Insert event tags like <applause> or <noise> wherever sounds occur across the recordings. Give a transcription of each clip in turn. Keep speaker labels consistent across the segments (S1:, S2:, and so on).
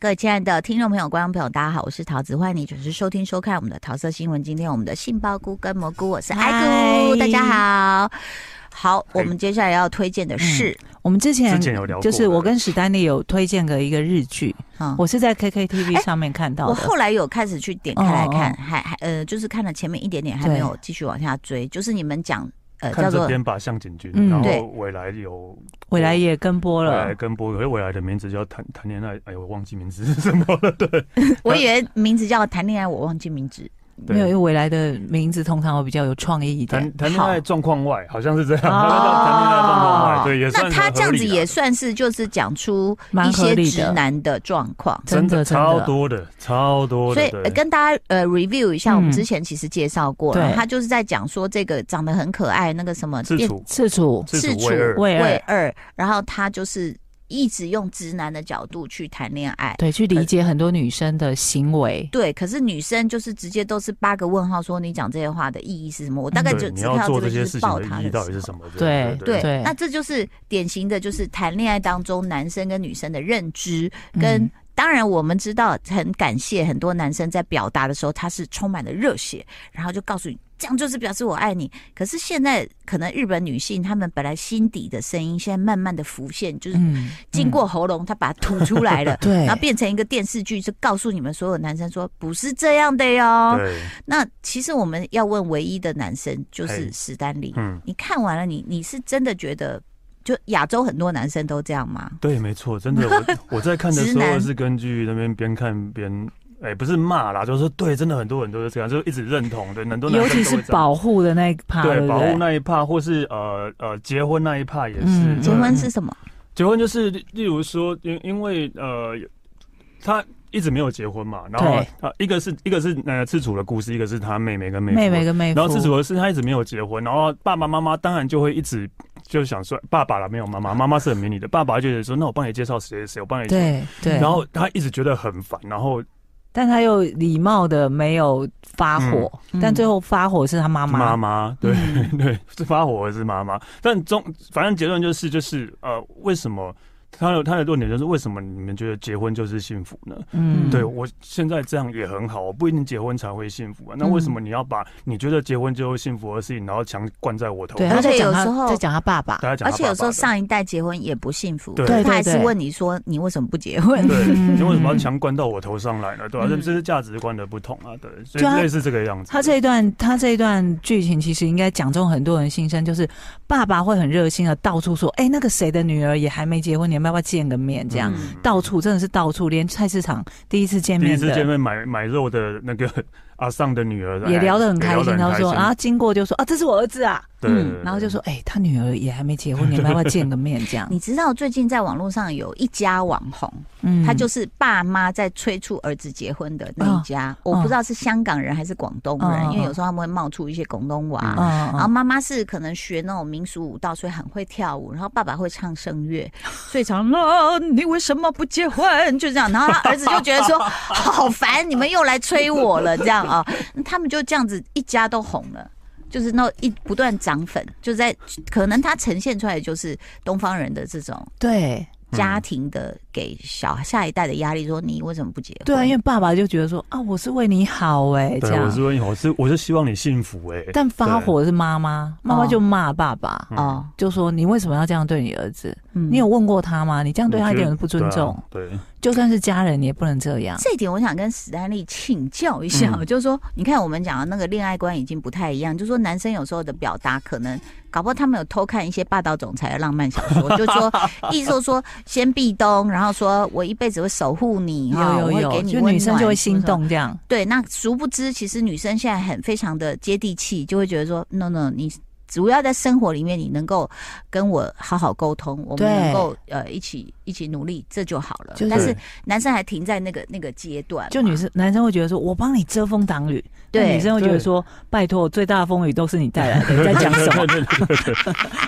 S1: 各位亲爱的听众朋友、观众朋友，大家好，我是桃子，欢迎你准时收听、收看我们的桃色新闻。今天我们的杏鲍菇跟蘑菇，我是爱菇，
S2: 嗨
S1: 大家好。好，
S3: 嗨
S1: 我们接下来要推荐的是，
S2: 我们之前
S3: 之前有聊过的
S2: 就是我跟史丹利有推荐的一个日剧，
S1: 嗯，
S2: 我是在 KKTV
S1: 哎
S2: 上面看到
S1: 我
S2: 的。
S1: 后来有开始去点开来看，
S2: 哦
S1: 还还呃，就是看了前面一点点，还没有继续往下追。就是你们讲呃，叫
S3: 看这
S1: 做
S3: 边吧，向井君，
S2: 嗯
S3: 然
S1: 对
S3: 后未来有
S2: 未来也跟播
S3: 未
S2: 了
S3: 来，跟波，可是未来的名字叫谈谈恋爱，哎呦，我忘记名字是什么
S1: <laughs>
S3: 了。对
S1: 我以为名字叫谈恋爱，我忘记名字。
S2: 没有，因为
S3: 对，
S2: 未来的名字通常会比较有创意一点。
S3: 谈谈恋爱状况外，好像是这样，
S2: 哦
S3: 他叫谈恋爱状况外，对，也算
S1: 那他
S3: 很
S1: 这样
S3: 合理啊
S1: 子
S3: 啦
S1: 也算是就是讲出一
S2: 蛮合
S1: 些
S2: 理的
S1: 直男的状况。
S3: 真的
S2: 真的真
S3: 超
S2: 的
S3: 多的，超多
S1: 所
S3: 的
S1: 以、，
S3: 对
S1: 呃跟大家呃 review 一下，我们
S2: 嗯
S1: 之前其实介绍过了，
S2: 对
S1: 他就是在讲说这个长得很可爱那个什么
S3: 赤
S1: 变
S3: 楚
S2: 赤楚
S3: 赤
S1: 赤
S3: 楚
S1: 楚
S3: 卫二，
S2: 魏
S1: 魏
S2: 二，
S1: 二，然后他就是一直用直男的角度去谈恋爱。
S2: 对，去理解很多女生的行为。
S1: 对，可是女生就是直接都是八个问号，说你讲这些话的意义是什么？我大概就
S3: 嗯对你
S1: 只
S3: 要
S1: 看到
S3: 做
S1: 这
S3: 这
S1: 个就
S3: 些
S1: 是
S3: 事
S1: 爆
S3: 情
S1: 他
S3: 的意义到底是
S1: 么？
S3: 什么？
S2: 对
S1: 对，
S2: 对
S1: 那这就是典型的，就是谈恋爱当中男生跟女生的认知
S2: 嗯
S1: 跟、当然，我们知道很感谢很多男生在表达的时候，他是充满了热血，然后就告诉你这样就是表示我爱你。可是现在可能日本女性她们本来心底的声音，现在慢慢的浮现，就是
S2: 嗯，，
S1: 经过喉咙，她把它吐出来了
S2: <laughs> 对
S1: 然后变成一个电视剧，就告诉你们所有男生说不是这样的哟。
S3: 对，
S1: 那其实我们要问唯一的男生就是
S3: 嘿
S1: 史丹利，
S3: 嗯，
S1: 你看完了你，你是真的觉得就亚洲很多男生都这样吗？
S3: 对，没错，真的，
S2: <laughs>
S3: 我我在看的时
S1: 直男
S3: 候是根据那边边看边。哎、不是骂啦，就是说对，真的很多人都是这样，就是一直认同的，很多男
S2: 尤
S3: 生都
S2: 其
S3: 会
S2: 是
S3: 这样
S2: 保护的那一趴，对
S3: 对
S2: 不
S3: 保护
S2: 对？
S3: 那一趴，或是呃呃结婚那一趴也是。
S2: 嗯
S1: 结
S3: 对
S1: 婚是什么？
S3: 结婚就是例例如说，因因为呃他。一直没有结婚嘛，然后
S2: 对
S3: 呃，一个是一个是呃赤楚的故事，一个是他妹妹跟妹夫
S2: 妹妹跟妹夫，
S3: 然后赤楚的是他一直没有结婚，然后爸爸妈妈当然就会一直就想说爸爸了没有妈妈，妈妈是很迷你的，爸爸就觉得说那我帮你介绍谁谁谁，我帮你，
S2: 对对，
S3: 然后他一直觉得很烦，然后
S2: 但他又礼貌的没有发火，
S1: 嗯
S2: 但最后发火是他妈妈。
S3: 妈妈，对、
S1: 嗯
S3: 对， <laughs> 是发火的是妈妈。但中反正结论就是就是呃，为什么他的他的论点就是为什么你们觉得结婚就是幸福呢？
S2: 嗯，
S3: 对我现在这样也很好，我不一定结婚才会幸福啊。
S2: 嗯
S3: 那为什么你要把你觉得结婚就会幸福的事情，然后强灌在我头
S2: 对，
S3: 上？
S2: 他在
S1: 而且有
S2: 讲他
S1: 时候
S2: 在讲他爸爸。
S3: 大家讲
S1: 而
S3: 他
S1: 且有时候
S3: 爸爸的
S1: 上一代结婚也不幸福，
S3: 对
S2: 对
S1: 他还
S2: 对
S1: 是
S2: 对
S1: 问你说你为什么不结婚？
S3: 对，
S2: 嗯
S3: 你为什么要强灌到我头上来呢？对吧、
S1: 嗯
S3: 这这是价值观的不同啊，对，所
S2: 对啊
S3: 以类似这个样子。
S2: 他这一段，他这一段剧情其实应该讲中很多人心声，就是爸爸会很热心的到处说，哎、那个谁的女儿也还没结婚，你们要不要见个面？这样、
S3: 嗯
S2: 到处真的是到处，连菜市场第一次见
S3: 第一
S2: 面
S3: 次见
S2: 的
S3: 面买买肉的那个阿尚的女儿
S2: 也聊得很
S3: 哎
S2: 开
S3: 也
S2: 心，
S3: 聊得
S2: 他
S3: 很
S2: 说，然后经过就说啊，这是我儿子啊，
S3: 对对对
S2: 然后就说，哎、他女儿也还没结婚，你们要不要见个面？
S1: <laughs>
S2: 这样，
S1: <laughs> 你知道最近在网络上有一家网红，
S2: 嗯
S1: 他就是爸妈在催促儿子结婚的那一家，我不知道是香港人还是广东人，
S2: 嗯
S1: 因为有时候他们会冒出一些广东娃。
S3: 嗯
S1: 然后妈妈是可能学那种民俗舞蹈，所以很会跳舞。然后爸爸会唱声乐，所以常了、你为什么不结婚？就这样。然后他儿子就觉得说好烦，你们又来催我了，这样啊、他们就这样子一家都红了。就是那一不断涨粉，就在可能它呈现出来的就是东方人的这种
S2: 对
S1: 家庭的给小下一代的压力，说你为什么不结婚？
S2: 对啊，因为爸爸就觉得说啊，我是为你好哎、这
S3: 对，我
S2: 样
S3: 是。问你，我是我是希望你幸福哎、
S2: 但发火的是妈妈，妈妈就骂爸爸，
S3: 嗯
S1: 哦，
S2: 就说你为什么要这样对你儿子？
S1: 嗯
S2: 你有问过他吗？你这样对他
S3: 我
S2: 一
S3: 觉得
S2: 点都不尊重，
S3: 对啊、
S2: 就算是家人你也不能这样。
S1: 这一点，我想跟史丹利请教一下，
S3: 嗯
S1: 就是说，你看我们讲的那个恋爱观已经不太一样，就是说男生有时候的表达可能，搞不好他们有偷看一些霸道总裁的浪漫小说，就
S2: <laughs>
S1: 说意思说先壁咚，然后说我一辈子会守护你，哈
S2: 有有
S1: 我会
S2: 有，
S1: 给你
S2: 就
S1: 温暖
S2: 女生就会心。
S1: 什么什么
S2: 动这样。
S1: 对，那殊不知，其实女生现在很非常的接地气，就会觉得说，no no，你主要在生活里面，你能够跟我好好沟通，我们
S2: 对
S1: 能够呃一起一起努力，这就好了。
S2: 就是
S1: 但是男生还停在那个那个阶段嘛，
S2: 就女生男生会觉得说，我帮你遮风挡雨，
S1: 对
S2: 但女生会觉得说，拜托，最大的风雨都是你带来的，你在讲什么？
S3: 对对对对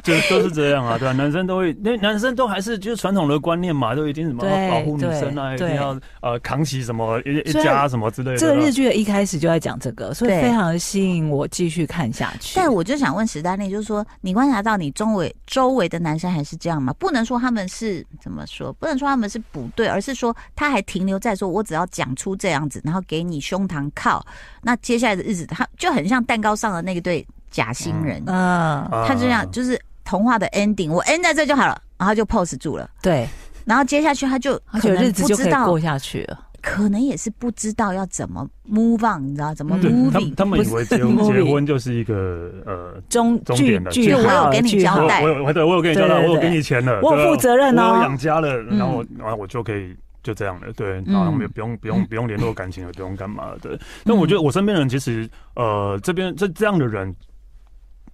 S3: 对，就都是这样啊，对啊，男生都会，因为男生都还是就是传统的观念嘛，都一定什么
S2: 对
S3: 保护女生啊，一
S2: 对
S3: 定要呃扛起什么一一
S2: 所以
S3: 家什么之类的。
S2: 这个日剧的一开始就在讲这个，所以
S1: 对
S2: 非常的吸引我继续看下去。
S1: 但我就想问史丹利，就是说，你观察到你周围周围的男生还是这样吗？不能说他们是怎么说，不能说他们是不对，而是说他还停留在说我只要讲出这样子，然后给你胸膛靠，那接下来的日子他就很像蛋糕上的那个对假新人，
S2: 嗯，
S3: 啊
S1: 他就这样就是童话的 ending，我 end 在这就好了，然后就 pose 住了，
S2: 对，
S1: 然后接下去他就可
S2: 而且
S1: 能
S2: 日子
S1: 不
S2: 就可
S1: 知
S2: 以
S1: 道
S2: 过，下去了。
S1: 可能也是不知道要怎么 move on，你知道怎么
S2: 嗯
S3: 对
S1: moving，、
S3: 他们他们以为结婚
S2: 不是
S3: 结婚就是一个呃。
S2: 中
S3: 终
S2: 句
S3: 点了
S2: 句
S3: 就
S1: 我有
S2: 号
S1: 给你
S2: 句
S1: 交
S2: 号
S3: 我
S1: 代
S3: 我有对我有给你交
S2: 对
S3: 代，
S2: 对
S3: 我有
S2: 对
S3: 给你钱了，
S2: 我
S3: 对吧
S2: 负责任哦
S3: 我有养家了，然后我
S2: 嗯
S3: 然后我就可以就这样了，对，然后他们也不用不
S2: <laughs>
S3: 用不用联络感情，也不用干嘛，对。但
S2: 嗯
S3: 我觉得我身边人其实呃这边这这样的人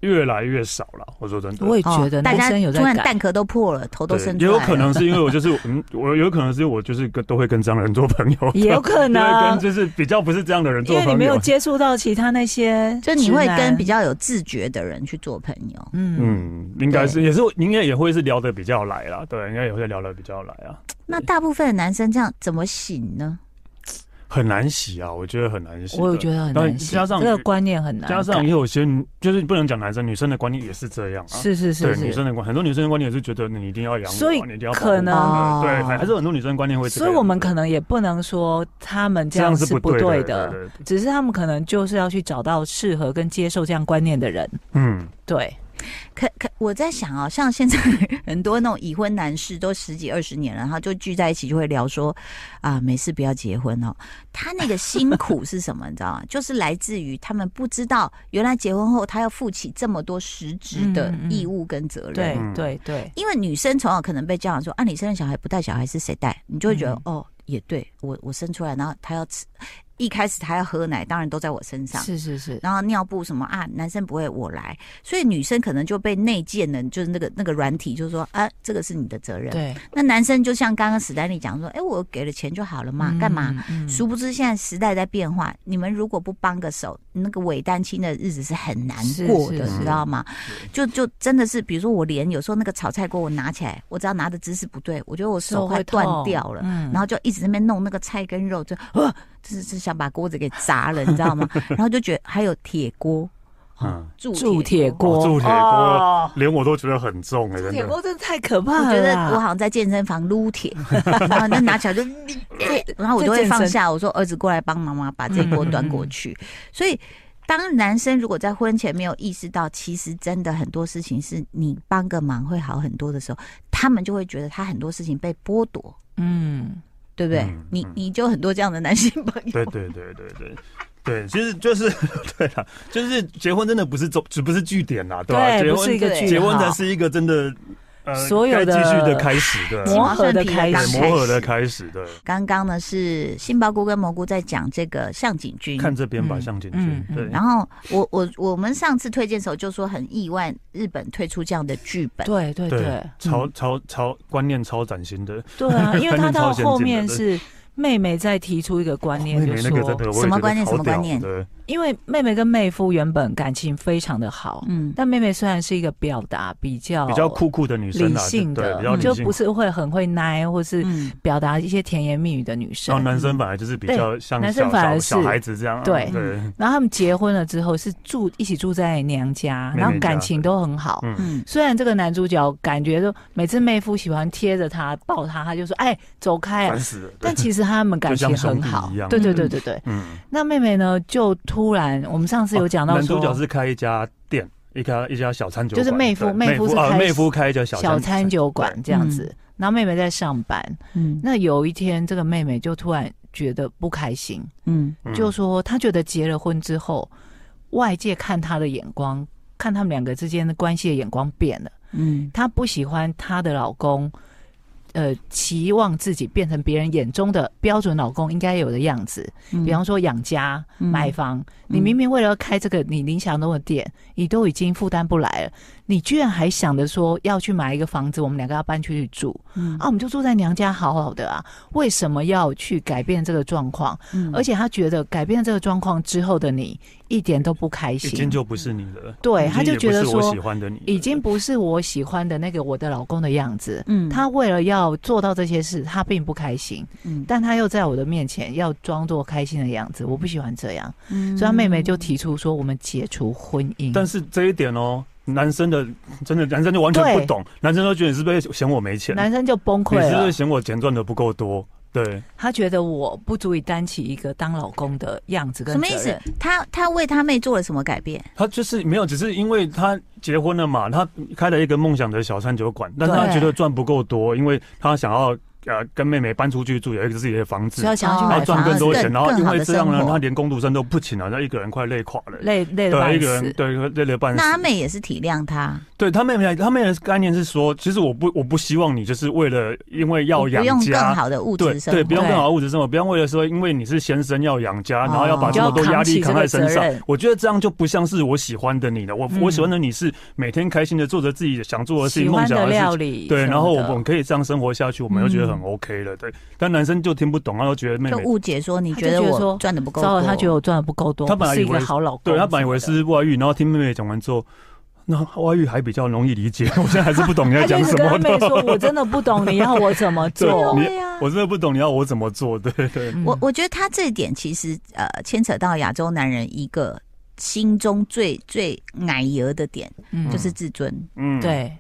S3: 越来越少了，我说真的，
S2: 我也觉得
S1: 哦大
S2: 男
S1: 家
S2: 生有
S1: 突
S2: 在
S1: 然
S2: 改，
S1: 蛋壳都破了，头都
S3: 对
S1: 伸出
S3: 也
S1: 来
S3: 有
S1: 了，
S3: 可能是因为我就是 <laughs> 嗯，我有可能是因为我就是跟都会跟这样的人做朋友，
S2: 也
S3: <laughs>
S2: 有可
S3: 因为
S2: 能
S3: 跟，就是比较不是这样的人
S2: 因
S3: 做
S2: 为
S3: 朋友，啊
S2: 你没有接触到其他那些
S1: <laughs> 就
S2: 直男，
S1: 你会跟比较有自觉的人去做朋友。
S2: 嗯
S3: 嗯，应该是也是应该也会是聊得比较来啦，对，应该也会聊得比较来啊，
S1: 那大部分的男生这样怎么醒呢？
S3: 很难洗啊，我觉得很难洗，
S2: 我也
S3: 对
S2: 觉得很
S3: 当然
S2: 难行，
S3: 加上
S2: 这个观念很难改，
S3: 加上也有些就是不能讲男生，女生的观念也是这样啊。
S2: 是是
S3: 对
S2: 是
S3: 女
S2: 是，
S3: 生的观，很多女生的观念也是觉得你一定要养我啊，
S2: 所以
S3: 你一定要保护
S2: 可能
S3: 我对，
S1: 哦
S3: 还还是有很多女生的观念会这个
S2: 所
S3: 样
S2: 以
S3: 子。
S2: 我们可能也不能说他们
S3: 这
S2: 这样
S3: 是
S2: 是不
S3: 对
S2: 对
S3: 的，
S2: 的，
S3: 对对对
S2: 只是他们可能就是要去找到适合跟接受这样观念的人，
S3: 嗯，
S2: 对，
S1: 可可，我在想哦，像现在 <laughs> 很多那种已婚男士都十几二十年了，然后就聚在一起就会聊说啊，没事不要结婚哦。他那个辛苦是什么？你知道吗？ <laughs> 就是来自于他们不知道，原来结婚后他要负起这么多实质的
S2: 嗯嗯嗯
S1: 义务跟责任。
S2: 对
S3: 嗯
S2: 对对，
S1: 因为女生从小可能被教养说啊，你生了小孩不带小孩是谁带，你就会觉得、
S2: 嗯
S1: 哦，也对我我生出来，然后他要吃，一开始他要喝奶，当然都在我身上。
S2: 是是是，
S1: 然后尿布什么啊，男生不会我来，所以女生可能就被内建的，就是那个那个软体，就是说啊，这个是你的责任。
S2: 对，
S1: 那男生就像刚刚史丹利讲说，哎，我给了钱就好了嘛，干嘛？
S2: 嗯？嗯
S1: 殊不知现在时代在变化，你们如果不帮个手，那个伪单亲的日子是很难过
S2: 是
S1: 的，
S2: 是
S1: 你知道吗？就就真的是，比如说我连有时候那个炒菜锅我拿起来，我只要拿的姿势不对，我觉得我手快断掉了。
S2: 嗯
S1: 然后就一直在那边弄那个菜跟肉，就啊，这是想把锅子给砸了，你知道
S2: <laughs>
S1: 吗？然后就觉得还有铁锅，
S3: 嗯
S1: 铸
S2: 铸铁
S1: 锅。
S2: 锅，
S3: 哦铸铁锅
S2: 哦
S3: 连我都觉得很重哎，真
S2: 铁
S3: 的。
S2: 锅真的太可怕
S1: 我
S2: 了啦，
S1: 觉得我好像在健身房撸
S3: <laughs>
S1: 铁，然后那拿起来就，然后我就会放下，我说儿子过来帮妈妈把这锅端过去。
S3: 嗯
S1: 所以，当男生如果在婚前没有意识到，其实真的很多事情是你帮个忙会好很多的时候，他们就会觉得他很多事情被剥夺，
S2: 嗯，
S1: 对不对
S3: 嗯？
S1: 你
S3: 嗯
S1: 你就很多这样的男性朋友， <laughs>
S3: 对对对对对对，其实就是 <laughs> 对啦，就是结婚真的不是重，只不是据点啦，对吧？
S2: 对，
S3: 结
S2: 不是一
S3: 婚
S2: 个
S1: 对
S2: 句
S3: 结婚才
S2: 号
S3: 是一个真的呃，
S2: 所有的
S3: 该继续的开始的
S2: 磨合的开
S1: 鸡毛蒜皮刚
S2: 始
S3: 对磨合的开始的。
S1: 刚刚呢是杏鲍菇跟蘑菇在讲这个向井君，
S3: 看这边吧，
S2: 嗯
S3: 向井
S2: 嗯
S3: 君，
S2: 嗯
S3: 对
S1: 然后我我我们上次推荐的时候就说很意外，日本推出这样的剧本，
S2: 对对对，
S3: 超超超观念超崭新的，
S2: 对
S3: <laughs>
S2: 啊，因为他到
S3: 超先进的
S2: 后面是妹妹在提出一个观念，
S3: 妹
S2: 就
S3: 妹那个真
S2: 说，
S3: 的我也觉得
S1: 什么观念
S3: 超屌
S1: 什么观念
S3: 对，
S2: 因为妹妹跟妹夫原本感情非常的好，
S1: 嗯，
S2: 但妹妹虽然是一个表达比较
S3: 比较酷酷的女生
S2: 理
S3: 啊，
S2: 性
S3: 对，
S2: 的
S3: 比较，理
S2: 就
S3: 性
S2: 不。是会很会奶或是
S1: 嗯，
S2: 表达一些甜言蜜语的女
S3: 然
S2: 生
S3: 后。男生本来就是比较像
S2: 男
S3: 小
S2: 生反而
S3: 小
S2: 是
S3: 小孩子这样啊，
S2: 对嗯
S3: 对，
S2: 然后他们结婚了之后是住一起住在娘家，
S3: 妹妹
S2: 然后感
S3: 家
S2: 情都很好。
S3: 嗯，
S1: 嗯，
S2: 虽然这个男主角感觉就每次妹夫喜欢贴着他抱他，他就说：“哎，走开
S3: 烦。死了”。
S2: 但其实他们感情
S3: 就像
S2: 很
S3: 兄弟
S2: 好
S3: 一。样
S2: 对对
S1: 嗯
S2: 对对对。
S3: 嗯，哦
S2: 那妹妹呢，就突然我们上次有讲到
S3: 男
S2: 说，
S3: 主角是开一家店，一家一家小餐酒馆，
S2: 就是妹夫
S3: 对
S2: 妹
S3: 妹
S2: 夫是
S3: 啊
S2: 开
S3: 妹夫开一家小
S2: 小餐酒馆
S3: 对
S2: 这样
S1: 嗯
S2: 子，然后妹妹在上班。
S1: 嗯
S2: 那有一天，这个妹妹就突然觉得不开心，
S1: 嗯，
S3: 嗯
S2: 就说她觉得结了婚之后，外界看她的眼光，看他们两个之间的关系的眼光变了。
S1: 嗯
S2: 她不喜欢她的老公，呃，期望自己变成别人眼中的标准老公应该有的样子，
S1: 嗯，
S2: 比方说养家、
S1: 嗯
S2: 买房。你明明为了要开这个你理想中的店，你都已经负担不来了，你居然还想着说要去买一个房子，我们两个要搬出去住。
S1: 嗯
S2: 啊，我们就住在娘家好好的啊，为什么要去改变这个状况？
S1: 嗯
S2: 而且他觉得改变这个状况之后的你一点都不开
S3: 已经
S2: 心，
S3: 就不是你了，
S2: 对
S3: 已经
S2: 他就
S3: 也不
S2: 觉得
S3: 是我
S2: 说
S3: 喜欢的你了，
S2: 已经不是我喜欢的那个我的老公的样子。
S1: 嗯
S2: 他为了要做到这些事，他并不开心，
S1: 嗯，
S2: 但他又在我的面前要装作开心的样子，我不喜欢这样，
S1: 嗯
S2: 所以他妹妹就提出说，我们解除婚姻。
S3: 但是这一点哦，男生的真的男生就完全
S2: 对
S3: 不懂，男生都觉得你是不是嫌我没钱，
S2: 男生就崩溃
S3: 你是不
S2: 了
S3: 是。嫌我钱赚的不够多？对，
S2: 他觉得我不足以担起一个当老公的样子跟
S1: 什么意
S2: 责任
S1: 思？他他为他妹做了什么改变？
S3: 他就是没有，只是因为他结婚了嘛，他开了一个梦想的小餐酒馆，但他
S2: 对
S3: 觉得赚不够多，因为他想要呃跟妹妹搬出去住，有一个自己的房子
S2: 所以，要想要去
S1: 哦
S3: 然后
S2: 买
S3: 赚
S2: 房
S3: 更
S2: 子，
S3: 多
S1: 更
S3: 钱，然后
S1: 更
S3: 因
S1: 好
S3: 为
S1: 的
S3: 这样呢
S1: 生，活
S3: 他连工读生都不请了，他一个人快累垮了。
S2: 累累的
S3: 对，
S2: 半
S3: 一个人
S2: 死。
S3: 对累了半死
S1: 那。他妹也是体谅他，
S3: 对他妹妹，他妹妹的概念是说，其实我不我不希望你就是为了因为要
S1: 不用
S3: 养
S1: 更
S3: 家，
S1: 好的物
S3: 对
S1: 质生活，
S3: 对，不用更好的物质生活，不用为了说因为你是先生要养家，然后要把
S1: 哦
S3: 这么多压力扛在身
S2: 就要扛起这个责
S3: 上
S2: 任，
S3: 我觉得这样就不像是我喜欢的你了。我
S2: 嗯
S3: 我喜欢的你是每天开心的做着自己想做的
S2: 喜
S3: 事情，梦
S2: 欢
S3: 想
S2: 的
S3: 的事
S2: 料
S3: 情。
S2: 理什么的，
S3: 对，然后我们可以这样生活下去，我们又觉得很
S2: 嗯
S3: OK 了。对，但男生就听不懂，他就觉得妹
S1: 就
S3: 妹，
S1: 误解说你
S2: 他
S1: 觉
S2: 就
S1: 得
S2: 觉得说
S1: 我赚的不够
S2: 糟
S1: 多，
S2: 了，他觉得我赚的不够多，
S3: 他本来
S2: 不是一
S3: 以
S2: 个
S3: 为
S2: 好老公，
S3: 对他本来以为是外遇，然后听妹妹讲完之后，那外遇还比较容易理解。我现在还是不懂你
S2: 什么的。
S3: 在
S2: <laughs> 他
S3: 讲
S2: 就是
S3: 什
S2: 跟
S3: 么
S2: 他妹
S3: 的。
S2: 说：“我真的不懂，你要我怎
S3: <laughs>
S2: 么做
S3: 对你
S1: 对呀
S3: 我真的不懂你要我怎么做，对对？”
S2: 嗯
S1: 我我觉得他这一点其实呃牵扯到亚洲男人一个心中最最矮油的点，
S2: 嗯
S1: 就是自尊。
S3: 嗯，
S2: 对，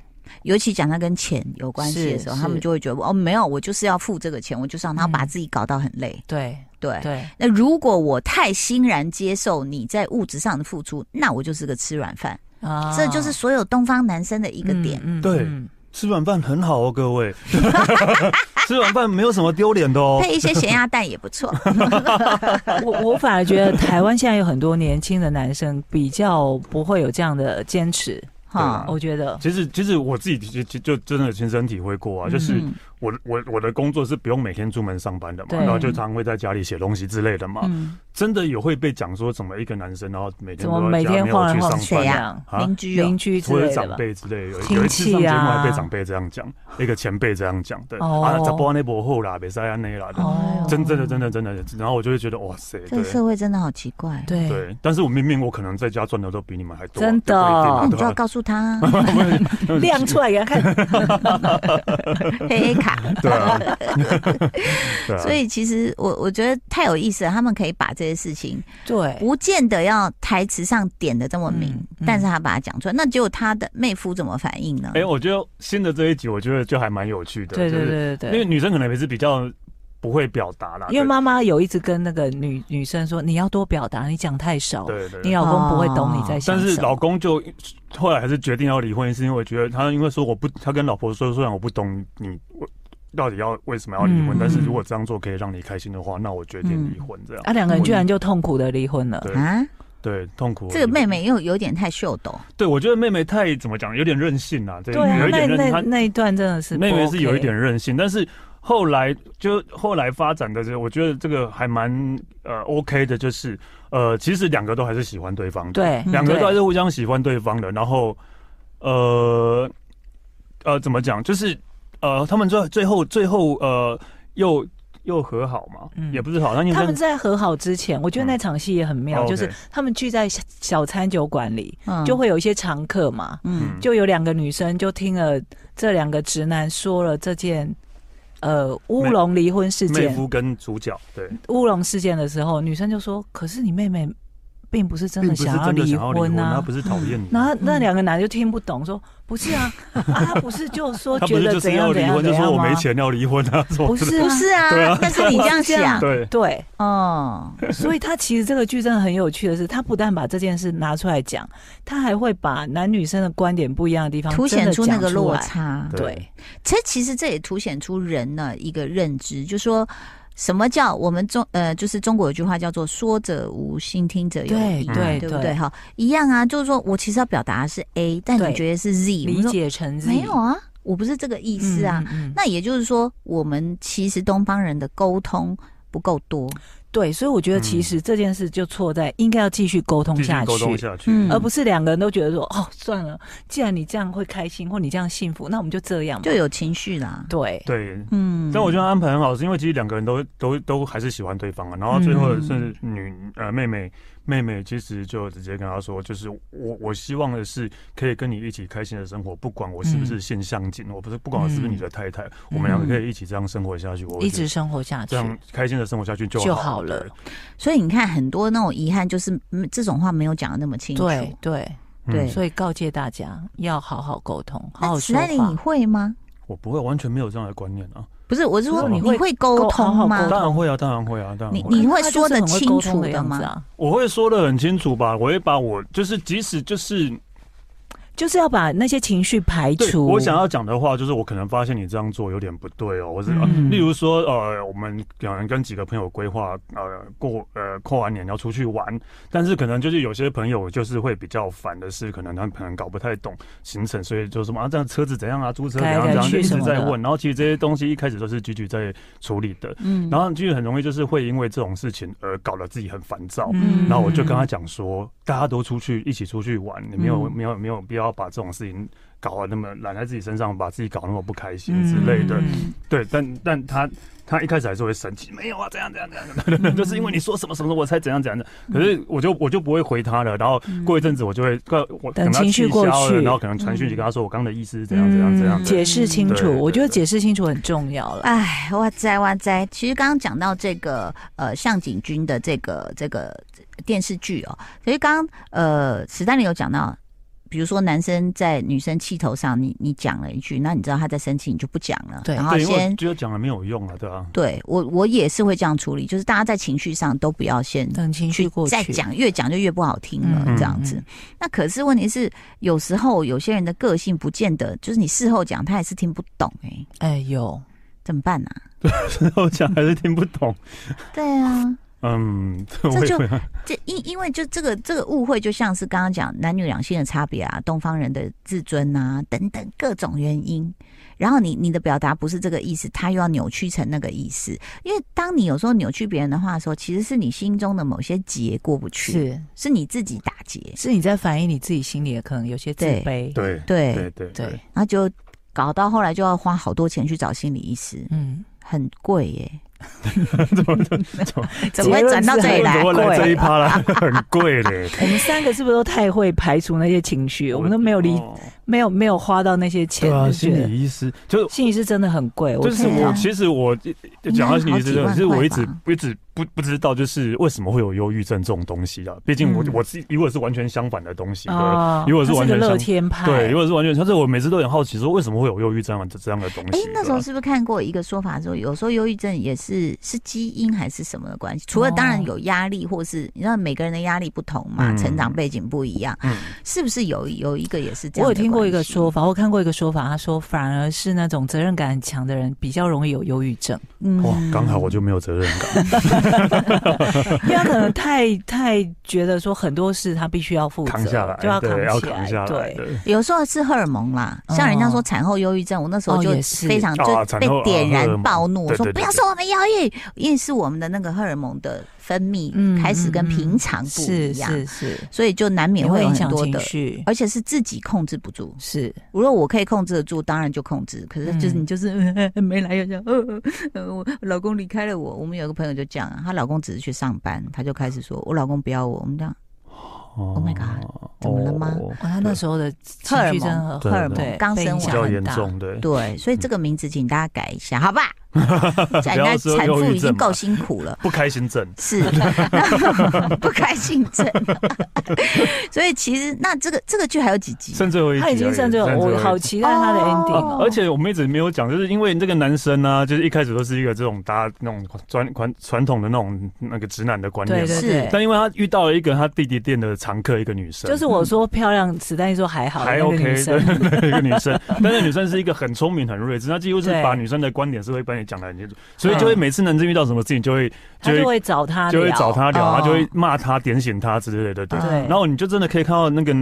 S1: 尤其讲到跟钱有关系的
S2: 是
S1: 时候，
S2: 是
S1: 他们就会觉得哦，没有，我就是要付这个钱，我就是要然后把
S2: 嗯
S1: 自己搞到很累。
S2: 对，
S1: 对，
S2: 对，
S1: 那如果我太欣然接受你在物质上的付出，那我就是个吃软饭。
S2: 啊
S1: 这就是所有东方男生的一
S2: 一
S1: 个点。
S2: 嗯
S3: 对
S2: 嗯
S3: 吃软饭很好哦，各位， <laughs> 吃软饭没有什么丢脸的哦。
S1: 配一些咸
S2: <laughs>
S1: 鸭蛋也不错，
S2: 我我反而觉得台湾现在有很多年轻的男生比较不会有这样的坚持，
S1: 哈
S3: 啊，
S2: 我觉得
S3: 其实，其实我自己就就就真的亲身体会过啊，就是
S1: 嗯
S3: 我我我的工作是不用每天出门上班的嘛，
S2: 对
S3: 然后就常会在家里写东西之类的嘛。
S2: 嗯，
S3: 真的有会被讲说，怎么一个男生然后每天
S2: 怎
S3: 都
S2: 么
S3: 在
S2: 每
S3: 家
S2: 天
S3: 没有
S2: 晃来
S3: 去
S2: 晃
S3: 上
S2: 去
S1: 谁
S2: 这
S3: 班
S1: 呀
S2: 样，
S3: 啊
S1: 邻？居哦
S2: 邻，居之
S3: 或者
S2: 类
S3: 长
S2: 的吧？
S3: 辈之类的，有
S2: 亲
S3: 有一次
S2: 戚
S3: 上节目还被
S2: 啊
S3: 长辈这样讲，一个前辈这样讲，对
S2: 哦
S3: 啊，这波那波后啦，别塞安内啦的，
S2: 哦
S3: 真真的真的真的，然后我就会觉得哇塞，
S1: 这个
S3: 对
S1: 社会真的好奇怪。
S2: 对
S3: 对，但是我明明我可能在家赚的都比你们还多，啊
S2: 真的
S1: 那
S3: 也
S1: 你
S3: 不
S1: 就
S3: 一定
S1: 要
S3: 啊
S1: 告诉他 <laughs>
S3: 对吧
S2: 亮出来给他
S3: <laughs>
S2: 看，
S1: 黑黑
S2: <laughs>
S1: 卡。
S3: 对啊， <laughs>
S1: <laughs>
S3: 对啊，
S1: 所以其实我我觉得太有意思了，他们可以把这些事情
S2: 对，
S1: 不见得要台词上点的这么明，
S2: 嗯嗯
S1: 但是他把它讲出来，那结果他的妹夫怎么反应呢？
S3: 哎、我觉得新的这一集，我觉得就还蛮有趣的，
S2: 对
S3: 就
S2: 对
S3: 是
S2: 对对
S3: 因
S2: 对。
S3: 为女生可能也是比较不会表达啦，
S2: 因为
S3: 对
S2: 妈妈有一直跟那个女女生说，你要多表达，你讲太少，
S3: 对对
S2: 你
S3: 对。
S2: 老公不会懂你在想
S3: 但
S2: 什么。
S3: 是老公就后来还是决定要离婚，是因为我觉得他因为说我不，他跟老婆说，虽然我不懂你我到底要为什么要离
S2: 嗯
S3: 婚，但是如果这样做可以让你开心的话，那我决定离婚这样。
S2: 啊，两个人居然就痛苦的离婚了。
S3: 对
S1: 啊，
S3: 对痛苦。
S1: 这个妹妹又有点太秀逗，
S3: 对，我觉得妹妹太怎么讲，有点任性啊，对，
S2: 对啊
S3: 有，一
S2: 那
S3: 点任，
S2: 那
S3: 她
S2: 那一段真的是不
S3: 妹妹
S2: OK
S3: 是有一点任性，但是后来就后来发展的，这我觉得这个还蛮呃 OK 的，就是呃，其实两个都还是喜欢对方的，
S2: 对，
S1: 嗯
S3: 两个都还
S2: 对
S3: 是互相喜欢对方的，然后呃呃怎么讲，就是呃，他们最最后最后呃又又和好嘛，
S2: 嗯
S3: 也不是好，那因为
S2: 他们在和好之前，我觉得
S3: 嗯
S2: 那场戏也很妙，
S3: 哦
S2: 就是
S3: ，OK
S2: 他们聚在小小餐酒馆里，
S1: 嗯
S2: 就会有一些常客嘛，
S1: 嗯
S2: 就有两个女生就听了这两个直男说了这件呃乌龙离婚事
S3: 妹
S2: 件、
S3: 夫跟主角对，
S2: 乌龙事件的时候，女生就说：“可是你妹妹并不是真
S3: 并
S2: 的
S3: 不是
S2: 想要
S3: 真的
S2: 离
S3: 想要离婚，
S2: 婚
S3: 他
S2: 啊。
S3: 不嗯是讨厌你。
S2: 然后那两个男就听不懂，说：“不是啊，啊，他不是就说
S3: <laughs> 他不
S2: 觉
S3: 是
S2: 得
S3: 就是
S2: 怎
S3: 要
S2: 样
S3: 离
S2: 怎样
S3: 婚，
S2: 怎
S3: 就说
S2: 样
S3: 我没
S2: 吗？
S3: 钱要离婚啊，什么
S2: 不
S3: 之
S1: 不
S2: 是啊，
S3: 类 <laughs>
S1: 是啊，
S3: 对啊
S1: 但是你这样
S2: 这样
S1: 想
S3: 对，
S2: 对。”啊
S1: 哦，
S3: <laughs>
S2: 所以他其实这个剧真的很有趣的是，他不但把这件事拿出来讲，他还会把男女生的观点不一样的地方
S1: 凸显
S2: 出
S1: 出那个落
S2: 来。
S1: 差。
S3: 对
S2: 对，
S1: 这其实这也凸显出人呢一个认知，就说什么叫我们中呃，就是中国有句话叫做“说者无心，听者有
S2: 对
S1: 意”，
S2: 对
S1: 对不
S2: 对
S1: 对？哈，一样啊，就是说我其实要表达的是 A，但
S2: 对
S1: 你觉得是 Z，我
S2: 理
S1: 们说
S2: 解成
S1: 没有啊？我不是这个意思啊。，
S2: 嗯嗯嗯
S1: 那也就是说，我们其实东方人的沟通不够多，
S2: 对，所以我觉得其实这件事就错在应该要继续沟通
S3: 继续
S2: 下
S3: 沟通
S2: 去。
S3: 下去，
S1: 嗯
S2: 而不是两个人都觉得说哦算了，既然你这样会开心，或你这样幸福，那我们就这样吧。
S1: 就有情绪啦。
S2: 对
S3: 对。
S1: 嗯，
S3: 但我觉得安排很好，是因为其实两个人都都都还是喜欢对方啊。然后最后是女、呃妹妹妹妹，其实就直接跟她说，就是我我希望的是可以跟你一起开心的生活，不管我是不是现象景，我不是不管我是不是你的太太，我们两个可以一起这样生活下去，我
S2: 一
S3: 觉
S2: 直
S3: 得
S2: 生活下去
S3: 这。样开心的生活下去就
S2: 就
S3: 好
S2: 好了
S3: 对
S1: 所以你看，很多那种遗憾，就是嗯这种话没有讲的那么清楚。
S2: 对对，
S1: 对
S2: 所以告诫大家要好好沟通，好
S1: 那
S2: 好
S1: 史
S2: 说
S1: 黛琳，你
S2: 话。
S1: 会吗？
S3: 我不会，完全没有这样的观念啊。
S1: 不是，我是说
S3: 就是
S1: 你
S3: 你
S2: 会
S1: 会沟通
S2: 沟
S1: 吗
S2: 通？
S3: 当然会啊，当然会啊，当然会。
S1: 你会
S2: 他
S1: 说
S2: 就是
S1: 得
S2: 很会
S1: 清
S2: 沟通
S1: 楚
S2: 的
S1: 的
S2: 样
S1: 吗
S2: 子啊？
S3: 我会说的很清楚吧，我会把我就是即使就是
S2: 就是要把那些情绪排
S3: 对
S2: 除。
S3: 我想要讲的话，就是我可能发现你这样做有点不对哦，或者、呃
S2: 嗯
S3: 例如说，呃，我们两人跟几个朋友规划，呃，过呃过完年要出去玩，但是可能就是有些朋友就是会比较烦的是，可能他可能搞不太懂行程，所以就什么啊，这样车子怎样啊，租车怎样
S2: 改来改
S3: 怎样，
S2: 去
S3: 就一
S2: 什
S3: 直
S2: 么
S3: 在
S2: 的
S3: 问，然后其实这些东西一开始都是菊菊在处理的，
S1: 嗯，
S3: 然后就是很容易就是会因为这种事情而搞得自己很烦躁，
S1: 嗯
S3: 然后我就跟他讲说，大家都出去一起出去玩，你没
S1: 嗯
S3: 有、没有没有必要把这种事情搞得那么揽在自己身上，把自己搞那么不开心之类的。
S2: 嗯
S3: 对，但但他他一开始还是会生气，没有啊，怎样怎样怎样，对对
S1: 嗯
S3: 对，就是因为你说什么什么，我才怎样怎样的。可是我就我就不会回他了，然后过一阵子我就会，我
S2: 等
S3: 等他
S2: 情绪
S3: 气
S2: 过
S3: 消
S2: 去
S1: 嗯
S3: 了，然后可能传讯息跟他说，我刚刚的意思是怎样怎样怎样
S2: 嗯
S3: 的。
S2: 解释清
S3: 对
S2: 楚，
S3: 对
S2: 我觉得
S3: 对
S2: 解释清楚很重要了。
S1: 哎，哇塞哇塞！其实刚刚讲到这个呃，向井君的这个这个电视剧哦，所以刚刚呃，史丹利有讲到，比如说男生在女生气头上，你你讲了一句，那你知道他在生气，你就不讲了，
S2: 对
S1: 然后
S3: 对，因为
S1: 先
S3: 我觉得讲了没有用啊，对 <laughs> 啊。
S1: 对我我也是会这样处理，就是大家在情绪上都不要先
S2: 等情绪过去，
S1: 再讲越讲就越不好听了，
S2: 嗯
S1: 这样子。
S2: 嗯
S1: 那可是问题是，有时候有些人的个性不见得，就是你事后讲他也是听不懂、哎，
S2: 哎呦，
S1: 怎么办呢、啊
S3: 我讲还是听不懂，
S1: 对啊，
S3: 嗯， <laughs> 我
S1: 这
S3: 也
S1: 就
S3: 会
S1: 这因因为就这个这个误会，就像是刚刚讲男女两性的差别啊，东方人的自尊啊等等各种原因。然后你你的表达不是这个意思，他又要扭曲成那个意思。因为当你有时候扭曲别人的话的时候，其实是你心中的某些结过不去，
S2: 是
S1: 是你自己打结。
S2: 是你在反映你自己心里的可能有些自
S1: 对
S2: 卑，
S3: 对
S1: 对，
S3: 对对
S2: 对，
S1: 然后就搞到后来就要花好多钱去找心理医师，
S2: 嗯，
S1: 很贵耶。
S3: <laughs> 怎么怎么
S1: <laughs> 怎么会转到这里来
S3: 怎？么
S2: 贵
S3: 来这一趴了？ <laughs> 很贵嘞，
S2: 我们三个是不是都太会排除那些情绪？我们都没有理，
S3: 哦
S2: 没有没有花到那些钱，
S3: 对啊，
S2: 就觉
S3: 心
S2: 得啊
S3: 理医师就
S2: 心理是真的很贵，
S3: 就
S2: 我
S3: 是
S2: 知
S3: 我，
S2: 道。
S3: 其实我
S1: 该
S3: 讲到心理医
S1: 好
S3: 师
S1: 几万
S3: 的，是
S1: 块
S3: 我一
S1: 吧
S3: 直一直不不知道，就是为什么会有忧郁症这种东西啊？毕竟我
S1: 嗯
S3: 我自己以我是完全相反的东西的，
S2: 哦
S3: 因为我是
S2: 他
S3: 完全
S2: 个乐
S3: 相
S2: 天派，
S3: 对，因为我是完全，但是我每次都很好奇，说为什么会有忧郁这样的这样的东
S1: 哎
S3: 西？，
S1: 那时候
S3: 对吧
S1: 是不是看过一个说法说，有时候忧郁症也是是基因还是什么的
S3: 哦
S1: 关系？除了当然有压力，或是你知道每个人的压力不同嘛，
S3: 嗯
S1: 成长背景不一样，
S3: 嗯
S1: 是不是有有一个也是这
S2: 我
S1: 样？
S2: 有听过一个说，法，我看过一个说法，他说反而是那种责任感很强的人比较容易有忧郁症，
S1: 嗯
S3: 哇，刚好我就没有责任感，
S2: 因为他可能太太觉得说很多事他必须要负责，
S3: 扛下来，
S2: 就要
S3: 对，要扛
S2: 扛起
S3: 下
S2: 来，
S3: 来，
S2: 对。
S3: 对。
S1: 有时候是荷尔蒙啦，
S3: 哦
S1: 像人家说产后忧郁症，我那时候
S2: 哦
S1: 就
S2: 也是
S1: 非常就
S3: 啊
S1: 被
S3: 产后
S1: 点
S3: 啊荷尔
S1: 燃
S3: 蒙
S1: 暴怒，我
S3: 对
S1: 说
S3: 对
S1: 不
S3: 对
S1: 要
S3: 对
S1: 说我们忧郁，因为是我们的那个荷尔蒙的分泌
S2: 嗯
S1: 开始跟
S2: 嗯嗯
S1: 平常不
S2: 是
S1: 一样，
S2: 是是，
S1: 所以就难
S2: 也
S1: 免会
S2: 会
S1: 有
S2: 影
S1: 很
S2: 响
S1: 多
S2: 情
S1: 的，哦
S2: 绪，
S1: 而且是自己控制不住。
S2: 是
S1: 如果我可以控制得住，当然就控制。可是就是
S2: 嗯
S1: 你就是、 <laughs> 没来由讲，呃呃，我老公离开了我。我们有个朋友就讲、啊，她老公只是去上班，她就开始说我老公不要我。我们这样
S3: Oh
S1: my god，怎么了吗
S2: 哇，他那时候的情
S1: 荷尔
S2: 绪
S1: 蒙
S2: 真的
S1: 荷
S2: 很
S1: 尔
S2: 对
S1: 蒙刚
S2: 被
S1: 生
S2: 影
S3: 比
S2: 响
S1: 完，
S3: 较
S2: 很
S3: 严
S2: 大
S3: 重，对。
S1: 对，所以这个名字请大家改一下，好
S3: <laughs>
S1: 吧？人
S3: 不
S1: 家
S3: 要说
S1: 产
S3: 忧
S1: 妇
S3: 郁
S1: 已经
S3: 症
S1: 够
S3: 嘛
S1: 辛苦了。
S3: 不开心症，
S1: 是 <laughs> 不开心症，所以其实那这个这个剧还有几集？
S3: 剩最后一集
S2: 他
S3: 而已，
S2: 已经甚至
S3: 剩最后
S2: 我
S3: 一
S2: 好
S3: 集
S2: 期待他的
S1: 哦
S2: ending
S1: 哦
S2: 哦。
S3: 而且我们一直没有讲，就是因为这个男生呢、就是一开始都是一个这种大家那种传传传统的那种那个直男的观念
S2: 对
S3: 嘛。
S2: 对
S1: 是
S2: 对，
S3: 但因为他遇到了一个他弟弟店的常客，一个女生，
S2: 就是我说漂亮，子弹说还好，那
S3: 还
S2: 个
S3: OK
S2: 女
S3: 对
S2: 生
S3: 对 <laughs> 对一个女生，但是女生是一个很聪明、很睿智，她几乎是
S2: 对
S3: 把女生的观点是会帮你讲的很清楚，所以就会每次男生遇到什么事情就会
S2: 他
S3: 就
S2: 就
S3: 会
S2: 会找嗯他，
S3: 就会找他聊，
S1: 哦
S3: 他就会骂他、点醒他之类的，对。
S2: 对
S3: 然后你就真的可以看到那个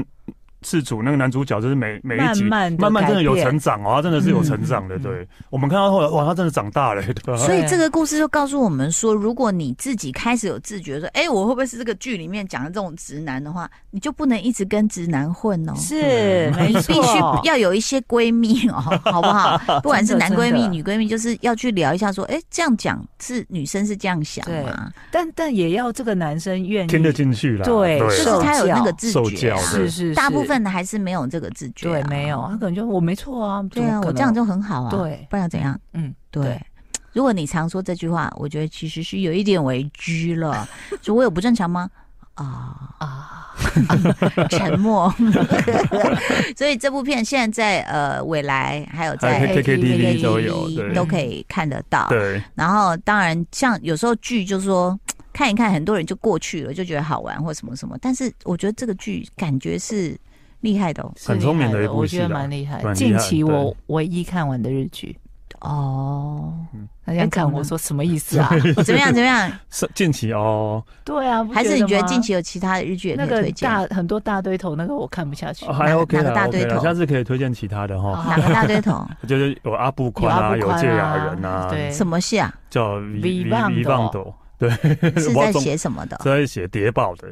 S3: 事主、那个男主角，就是每每一
S2: 慢
S3: 集
S2: 慢地
S3: 慢慢真的有
S2: 改变
S3: 成长哦，他真的是有成长的。
S2: 嗯
S3: 对我们看到后来，哇，他真的长大了，对吧？
S1: 所以
S2: 对
S1: 这个故事就告诉我们说，如果你自己开始有自觉说，哎、我会不会是这个剧里面讲的这种直男的话，你就不能一直跟直男混哦。
S2: 是没
S1: 你 <laughs> 必须
S2: 错，
S1: 要有一些闺蜜
S2: <laughs>
S1: 哦，好不好？不管是男闺
S2: 真
S1: 蜜、
S2: 的
S1: 女闺蜜，就是要去聊一下，说，哎、这样讲是女生是这样想吗？
S2: 但但也要这个男生愿意，
S3: 听得进去了，
S2: 对
S1: 就
S2: 对
S1: 是他有那个自
S3: 受
S1: 觉、
S3: 教
S1: 啊，
S3: 的
S2: 是是，
S1: 大部
S2: 是
S1: 分的还是没有这个自觉、啊
S2: 对没有，。他可能就我没错啊，
S1: 对啊，我这样就很好啊。
S2: 对
S1: 不然要怎样？
S2: 嗯
S1: 对
S2: 对。
S1: 如果你常说这句话，我觉得其实是有一点为居了。就我有不正常吗？啊、
S2: 啊。
S1: 沉默。 <laughs> 所以这部片现在在呃未来还有
S3: 还
S1: 在
S3: 有 KKTV
S2: KKTV
S3: 哎都有，对
S1: 都可以看得到。
S3: 对
S1: 然后当然像有时候剧就说看一看，很多人就过去了，就觉得好玩或什么什么。但是我觉得这个剧感觉是厉害的哦。
S2: 是
S3: 很聪明的
S2: 厉害
S3: 一部
S2: 我
S3: 戏
S2: 觉
S3: 啦
S2: 得蛮厉害的。
S3: 蛮厉害
S2: 近期
S3: 对
S2: 我唯一看完的日剧，
S1: 哦，
S2: 他这样看我说什么意
S3: <laughs>
S2: 思啊？
S1: 怎么样？怎么样？
S3: 是近期哦，
S2: 对啊，
S1: 还是你觉得
S2: 吗
S1: 近期有其他的日剧也可
S2: 那
S1: 以
S2: 个
S1: 推荐？
S2: 大很多大堆头那个我看不下去
S3: 哦，还
S1: 哪
S3: OK
S1: 哪个大
S3: 啦
S1: 对
S3: ，OK 啦，
S1: 头哦
S3: 下次可以推荐其他的
S1: 哪
S3: 哈，
S1: 个大堆头？
S3: 就是有阿布宽啊，
S2: 有
S3: 有
S2: 阿布宽啊
S3: 芥雅人啊，
S2: 对
S1: 什么戏啊？
S3: 叫 V
S2: Vivando
S3: 棒斗，对， <laughs>
S1: 是
S3: 我
S1: 在
S3: 总
S1: 写什么的？
S3: 在写谍报的，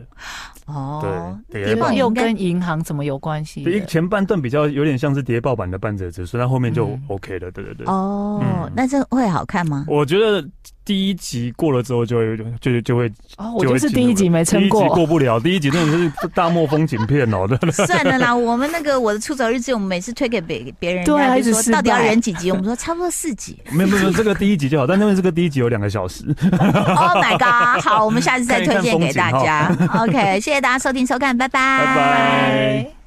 S1: 哦，
S3: 对
S1: 谍
S3: 谍
S1: 报
S3: 报
S1: 应该
S2: 又跟银行怎么有关系的？
S3: 一前半段比较有点像是谍报版的半泽直树，但后面就
S2: 嗯
S3: OK 了，对对对。
S1: 哦
S3: 嗯，
S1: 那这会好看
S3: <laughs>
S1: 吗？
S3: 我觉得第一集过了之后就会就就会
S2: 哦，我
S3: 就会
S2: 就是第一集没
S3: 第
S2: 撑
S3: 一集
S2: 过，
S3: 过不了，第一集真的是大漠风景片哦，对
S1: 算了啦，我们那个我的出走日记，我们每次推给别别人，
S2: 对啊
S1: 人家就
S2: 一直失
S1: 说
S2: 败
S1: 到底要忍几集？我们说差不多四集。
S3: 没有没有，没有这个第一集就好，但因为这个第一集有两个小时，
S1: Oh my god！好，我们下次再推荐给大家。OK，谢谢大家收听收看，拜拜，
S3: 拜拜。